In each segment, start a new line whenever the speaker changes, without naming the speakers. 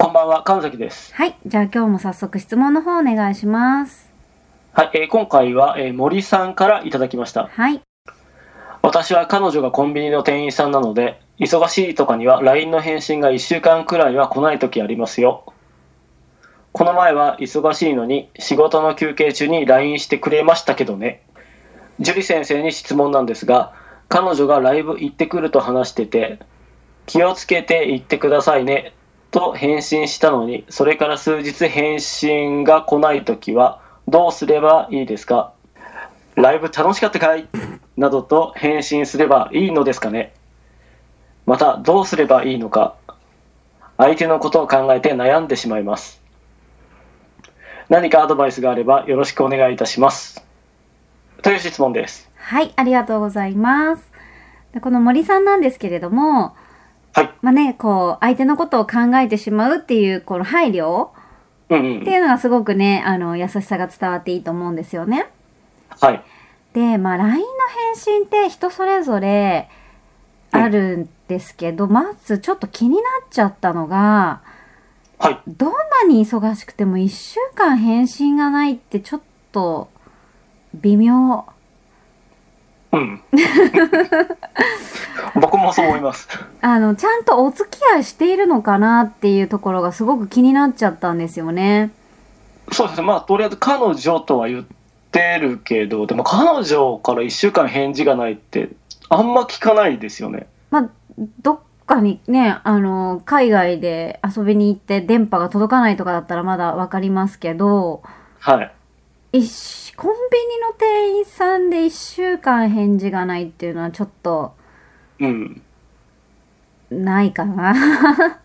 こんばんは、神崎です。
はい。じゃあ今日も早速質問の方お願いします。
はい、えー今回は、えー森さんからいただきました。
はい。
私は彼女がコンビニの店員さんなので、忙しいとかには LINE の返信が1週間くらいは来ない時ありますよ。この前は忙しいのに仕事の休憩中に LINE してくれましたけどね。樹里先生に質問なんですが、彼女がライブ行ってくると話してて、気をつけて行ってくださいねと返信したのに、それから数日返信が来ない時はどうすればいいですかライブ楽しかったかいなどと返信すればいいのですかねまたどうすればいいのか相手のことを考えて悩んでしまいます何かアドバイスがあればよろしくお願いいたしますという質問です
はい。ありがとうございます。でこの森さんなんですけれども、
はい
まあね、こう、相手のことを考えてしまうっていう、この配慮
うんう
って
ん
いうのがすごくね、あの、優しさが伝わっていいと思うんですよね。
はい
で、まあ、LINE の返信って人それぞれあるんですけど、まずちょっと気になっちゃったのが、
はい
どんなに忙しくても1週間返信がないってちょっと微妙。
うん 僕もそう思います
あの、ちゃんとお付き合いしているのかなっていうところがすごく気になっちゃったんですよね。
そうですねまあとりあえず彼女とは言ってるけどでも彼女から1週間返事がないってあんま聞かないですよね
どっかにね、あの、海外で遊びに行って電波が届かないとかだったらまだわかりますけど、
はい
一コンビニの店員さんで1週間返事がないっていうのはちょっと
うん
ないかな。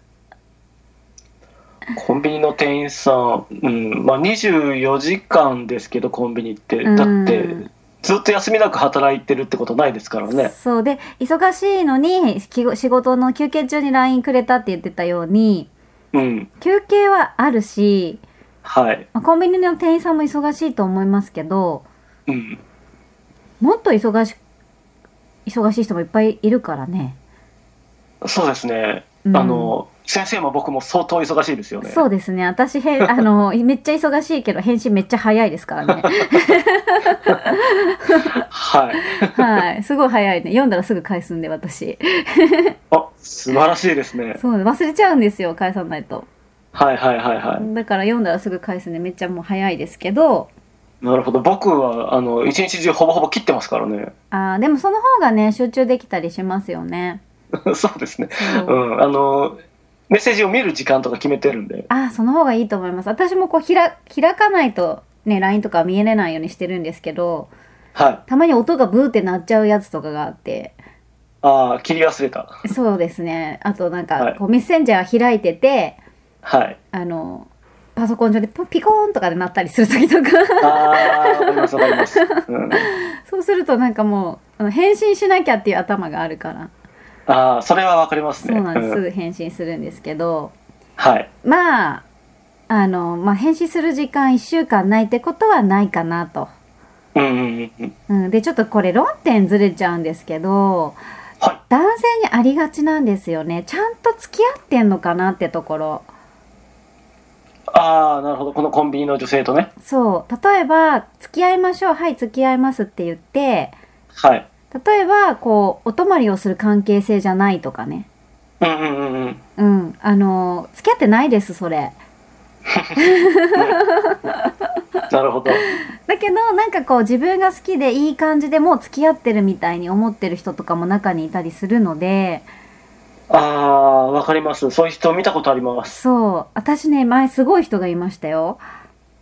コンビニの店員さん、うんまあ、24時間ですけどコンビニって
うん
だってずっと休みなく働いてるってことないですからね
そうで、忙しいのにき仕事の休憩中に LINE くれたって言ってたように、
うん
休憩はあるし、
はい、
まあコンビニの店員さんも忙しいと思いますけど、
うん、
もっと忙し、忙しい人もいっぱいいるからね。
そうですね、
うん
あの先生も僕も相当忙しいですよね
そうですね。私、へ んあの、めっちゃ忙しいけど、返信めっちゃ早いですから ね。
はい
はい。すごい早いね。読んだらすぐ返すんで、私。
あ素晴らしいですね
そう、忘れちゃうんですよ、返さないと。
はいはいはいは
だから読んだらすぐ返すんで、めっちゃもう早いですけど、
いなるほど僕はあの一日中ほぼほぼ切ってますからね
あーでもその方がね、集中できたりしますよね。
そうですね
そう
うんあのメッセージを見る時間とか決めてるんで
あーその方がいいと思います。私もこう、ひら開かないと、ね、LINE とかは見えれないようにしてるんですけど、
はい
たまに音がブーって鳴っちゃうやつとかがあ って、
ああ切り忘れた
そうですね。あとなん
は
か
い、
こう、メッセンジャー開いてて、
はい
あの、パソコン上でポピコーンとかで鳴ったりする時とか、
ああ、わかります、わかります。うん、
そうするとなんかもう、あの返信しなきゃっていう頭があるから。
ああ、それはわかりますね。
そうなんです。す
ん
ぐ返信するんですけど、
はい。
まあ、あの、まあ、返信する時間1週間ないってことはないかなと。
うんうんうん。
うん、でちょっとこれ論点ずれちゃうんですけど
は
男性にありがちなんですよねちゃんと付き合ってんのかなってところ
い。ああ、なるほど。このコンビニの女性とね。
そう例えば「付き合いましょうはい付き合います」って言って
はい。
例えばこうお泊まりをする関係性じゃないとかね
うんうんうんうん。
うんあの付き合ってないですそれ
なるほど。
だけどなんかこう自分が好きでいい感じでもう付き合ってるみたいに思ってる人とかも中にいたりするので
ああ、わかります。そういう人見たことあります。
そう私ね前すごい人がいましたよ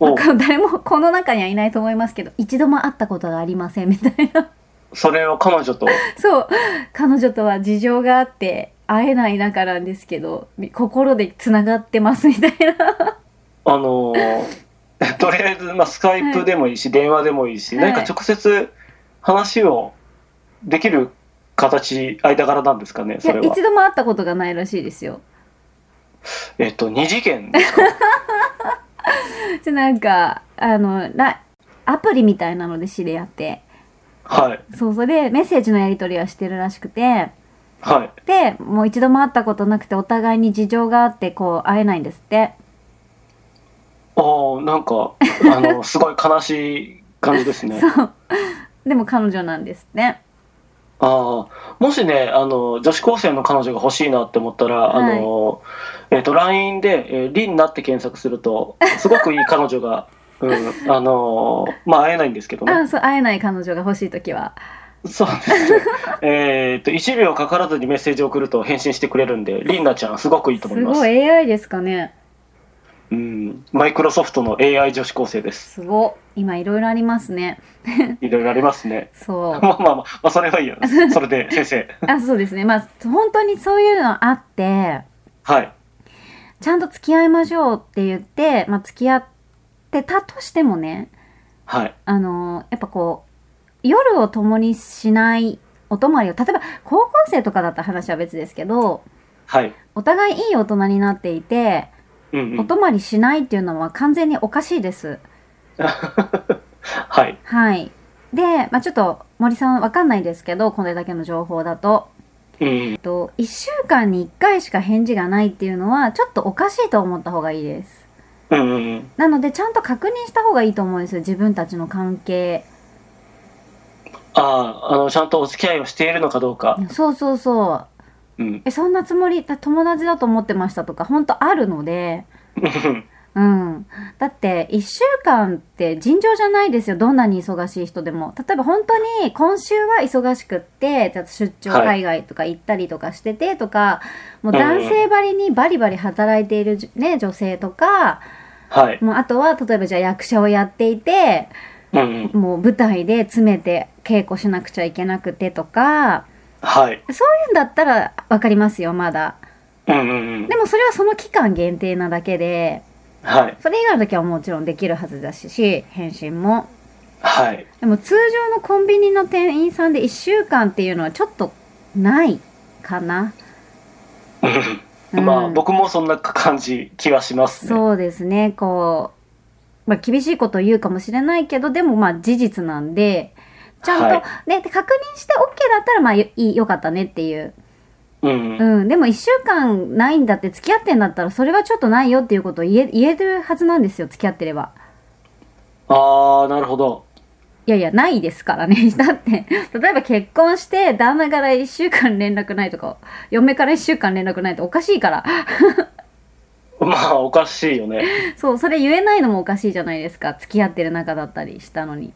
お
な
う
んか誰もこの中にはいないと思いますけど一度も会ったことがありませんみたいな
それを彼女と。
そう彼女とは事情があって会えない中なんですけどみ心でつながってますみたいな、
あのー とりあえず、まあ、スカイプでもいいし、電話でもいいし、
はい
何か直接話をできる形、間柄なんですかね、
い
そ
や
れは
一。度も会ったことがないらしいですよ
えっと、二次元ですか
でなんかあのラアプリみたいなので知り合って
はい。
そうそれでメッセージのやり取りはしてるらしくて
はい。
でもう一度も会ったことなくてお互いに事情があってこう会えないんですって
ああ、なんか、あの、すごい悲しい感じです ね。
そうでも彼女なんですって
ああ、もしね、あの、女子高生の彼女が欲しいなって思ったら、
はい
あの、えっと、LINE で、えー、リンナって検索すると、すごくいい彼女 が、うん、あのーまあ、会えないんですけどね。
あそう会えない彼女が欲しい時は
そうですね。えーっと、1秒かからずにメッセージを送ると返信してくれるんで、リンナちゃん、すごくいいと
す
思います。
ごい AI ですかね
うん、マイクロソフトの AI 女子高 生です。
すごい今いろいろありますね
いろいろありますね。
そ
まあまあまあ、まあ、それはいいよ。それで、先生。
うあそうですねまあ本当にそういうのあって
はい。
ちゃんと付き合いましょうって言って、まあ、付き合ってたとしてもね
はい。
あのやっぱこう夜を共にしないお泊まりを例えば高校生とかだったら話は別ですけど
はい。
お互いいい大人になっていて
うん、う
お
ん。
泊まりしないっていうのは完全におかしいです。
はい。
はいで、まあ、ちょっと森さんわかんないですけどこれだけの情報だと、
うんうん
えっ。と、1週間に1回しか返事がないっていうのはちょっとおかしいと思った方がいいです。
うんうんうん。
なのでちゃんと確認した方がいいと思うんですよ自分たちの関係。
ああ、あの、ちゃんとお付き合いをしているのかどうか。
そうそうそう
うん。
えそんなつもりだ友達だと思ってましたとか本当あるので、
うん
うん、だって1週間って尋常じゃないですよどんなに忙しい人でも例えば本当に今週は忙しくってじゃあ出張
は
海
い
外とか行ったりとかしててとか、もう男性ばりにバリバリ働いているじ、ね、女性とか
はい。
もうあとは例えばじゃあ役者をやっていて
うんうん。
もう舞台で詰めて稽古しなくちゃいけなくてとか
はい。
そういうんだったら分かりますよまだ。
うんうんうん
で。もそれはその期間限定なだけで、
はい。
それ以外の時はもちろんできるはずだし、返信も。
はい。
でも通常のコンビニの店員さんで1週間っていうのはちょっとないかな。
うん
うん
まあ、僕もそんな感じ、気がしますね。
そうですね、こう、まあ厳しいことを言うかもしれないけど、でもまあ事実なんで、ちゃんと、
はい
ね、で確認して OK だったらまあよいいよかったねっていう。
うんうん。
うん、でも1週間ないんだって付き合ってんだったらそれはちょっとないよっていうことを言え言えるはずなんですよ、付き合ってれば。
ああ、なるほど。
いやいや、ないですからね。 だって、例えば結婚して、旦那から一週間連絡ないとか、嫁から一週間連絡ないっておかしいから。
まあ、おかしいよね。
そう、それ言えないのもおかしいじゃないですか。付き合ってる仲だったりしたのに。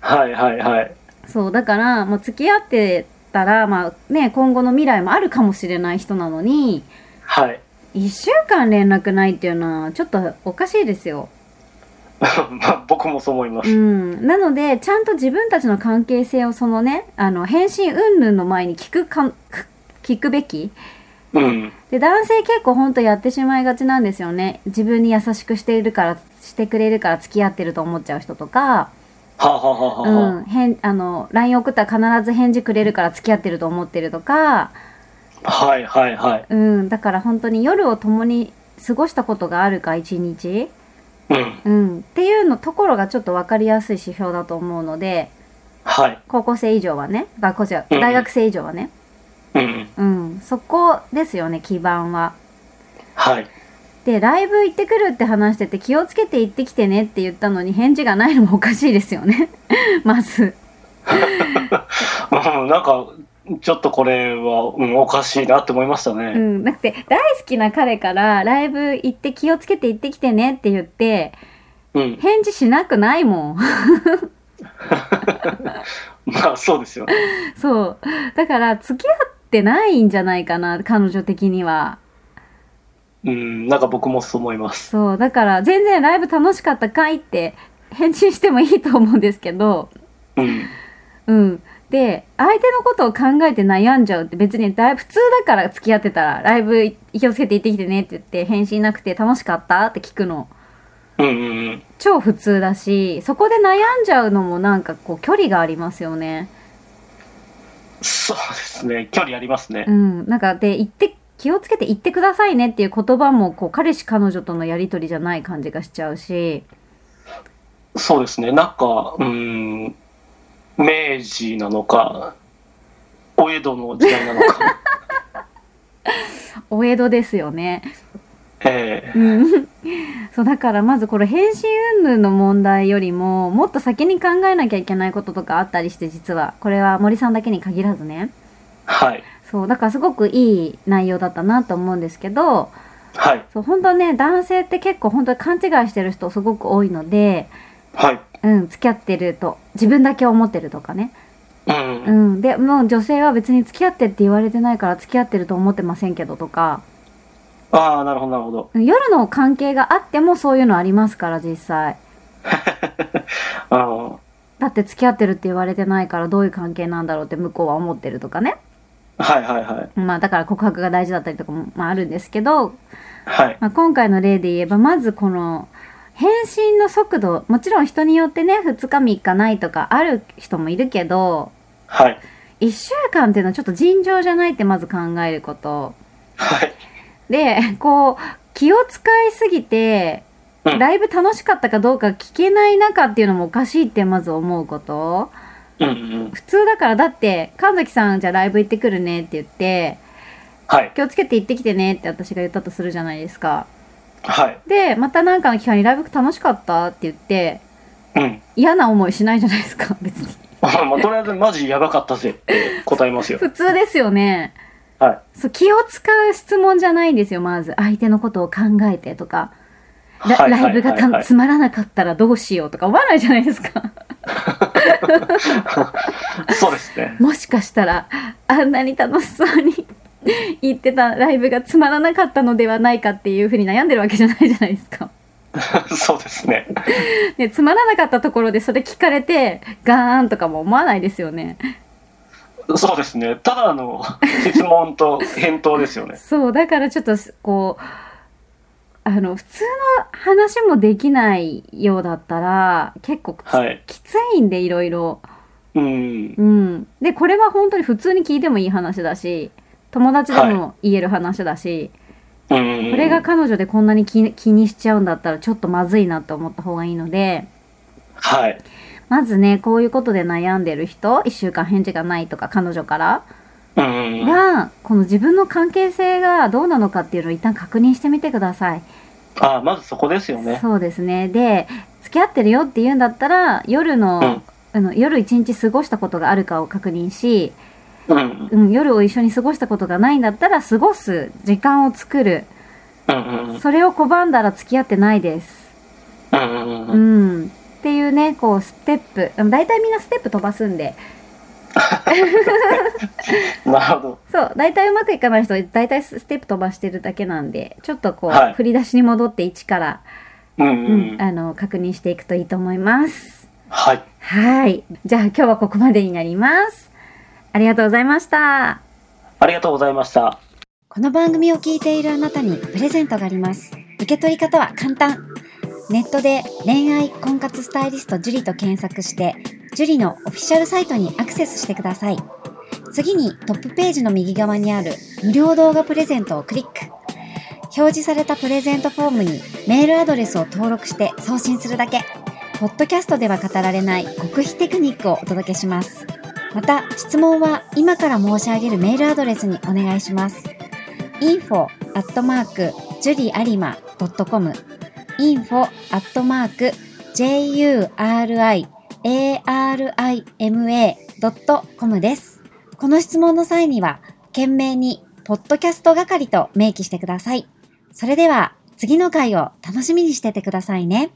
はいはいはい。
そう、だから、もう付き合ってたら、まあね、今後の未来もあるかもしれない人なのに、
はい。
一週間連絡ないっていうのは、ちょっとおかしいですよ。
まあ、僕もそう思いま
う
す。
ん。なので、ちゃんと自分たちの関係性をそのね、あの、返信云々の前に聞くか、聞くべき
うん。
で男性結構ほんとやってしまいがちなんですよね自分に優しくしているからしてくれるから付き合ってると思っちゃう人とか、
はあ、はあはあ
う
はあ
ん、へんあの LINE 送ったら必ず返事くれるから付き合ってると思ってるとか、
はいはいはい。
うん、だから本当に夜を共に過ごしたことがあるか一日
うん。
うん、っていうのところがちょっと分かりやすい指標だと思うので
はい。
高校生以上はねあこちら
うん
大学生以上はね、
うん。
うん、そこですよね基盤は。
はい。
でライブ行ってくるって話してて気をつけて行ってきてねって言ったのに返事がないのもおかしいですよね まず。
うん、なんか、ちょっとこれは、うん、おかしいなって思いましたね。
うん、だって大好きな彼からライブ行って気をつけて行ってきてねって言って
うん。
返事しなくないもん。
まあ、そうですよね。
そう。だから付き合ってないんじゃないかな彼女的には。
うん、なんか僕もそう思います。
そう、だから全然ライブ楽しかったかいって返信してもいいと思うんですけど、
うん。
うん。で、相手のことを考えて悩んじゃうって別にだい普通だから付き合ってたら、ライブ気をつけて行ってきてねって言って返信なくて楽しかったって聞くの。
うんうんうん。
超普通だし、そこで悩んじゃうのもなんかこう距離がありますよね。
そうですね。距離ありますね
う。ん。なんかで、行って、気をつけて行ってくださいねっていう言葉もこう彼氏彼女とのやりとりじゃない感じがしちゃうし、
そうですね。なんか、うん、明治なのか、お江戸の時代なの か。
お江戸ですよね。
ええ
うん そうだからまずこれ返信云々の問題よりももっと先に考えなきゃいけないこととかあったりして実はこれは森さんだけに限らずね
はい。
そうだからすごくいい内容だったなと思うんですけど
はい。
そう本当ね男性って結構本当に勘違いしてる人すごく多いので、
はい。
うん、付き合ってると自分だけ思ってるとかね、
うん。
う
うん
ん、でもう女性は別に付き合ってって言われてないから付き合ってると思ってませんけどとか
ああ、なるほど、なるほど。
うん夜の関係があってもそういうのありますから実際。
あ
だって付き合ってるって言われてないからどういう関係なんだろうって向こうは思ってるとかね。
あ、はいはいはい。
まあだから告白が大事だったりとかも、まあ、あるんですけど、
はい。
まあ、今回の例で言えばまずこの返信の速度、もちろん人によってね2日3日ないとかある人もいるけど、
はい。
1週間っていうのはちょっと尋常じゃないってまず考えること。
はい。
で、こう気を使いすぎて、
うん
ライブ楽しかったかどうか聞けない中っていうのもおかしいってまず思うこと。
うんうん。
普通だからだって神崎さんじゃあライブ行ってくるねって言って
はい。
気をつけて行ってきてねって私が言ったとするじゃないですか
はい。
でまたなんかの期間にライブ楽しかったって言って
うん。
嫌な思いしないじゃないですか 別に
まあ、とりあえずマジやばかったぜって答え ますよ。
普通ですよね
は
そう気を使う質問じゃないんですよまず相手のことを考えてとかラ,、
はいはいはいはい
ライブがたつまらなかったらどうしようとか思わないじゃないですか
い。 そうですね。
もしかしたらあんなに楽しそうに行ってたライブがつまらなかったのではないかっていうふうに悩んでるわけじゃないじゃないですか。
そうですね。
ね、つまらなかったところでそれ聞かれてガーンとかも思わないですよね。
そうですね。ただの質問と返答ですよね。
そうだからちょっとこうあの普通の話もできないようだったら結構きつ,、
はい。
きついんでいろいろ。
うん。
うん、でこれは本当に普通に聞いてもいい話だし友達でも言える話だし。
うん。
これが彼女でこんなに気気にしちゃうんだったらちょっとまずいなと思った方がいいので、
はい。
まずね、こういうことで悩んでる人、一週間返事がないとか彼女から
うん。あ
は、この自分の関係性がどうなのかっていうのを一旦確認してみてください。
あ、まずそこですよね。
そうですね。で、付き合ってるよって言うんだったら、夜の、
うん
あの夜一日過ごしたことがあるかを確認し、
うん。
うん、夜を一緒に過ごしたことがないんだったら、過ごす時間を作る。
うんうん。
それを拒んだら付き合ってないです。
うんう。
うんん、っていうねこうステップでも大体みんなステップ飛ばすんで
なるほど。
そう大体うまくいかない人大体ステップ飛ばしてるだけなんでちょっとこう、
はい
振り出しに戻って1から、
うん
う
うん
ん。あの確認していくといいと思います
はい。
はいじゃあ今日はここまでになりますありがとうございました
ありがとうございました。
この番組を聞いているあなたにプレゼントがあります。受け取り方は簡単。ネットで恋愛婚活スタイリスト樹と検索して、樹のオフィシャルサイトにアクセスしてください。次にトップページの右側にある無料動画プレゼントをクリック。
表示されたプレゼントフォームにメールアドレスを登録して送信するだけ。ポッドキャストでは語られない極秘テクニックをお届けします。また、質問は今から申し上げるメールアドレスにお願いします。info juriarima.com info juriarima.com です。この質問の際には、懸命に、ポッドキャスト係と明記してください。それでは、次の回を楽しみにしててくださいね。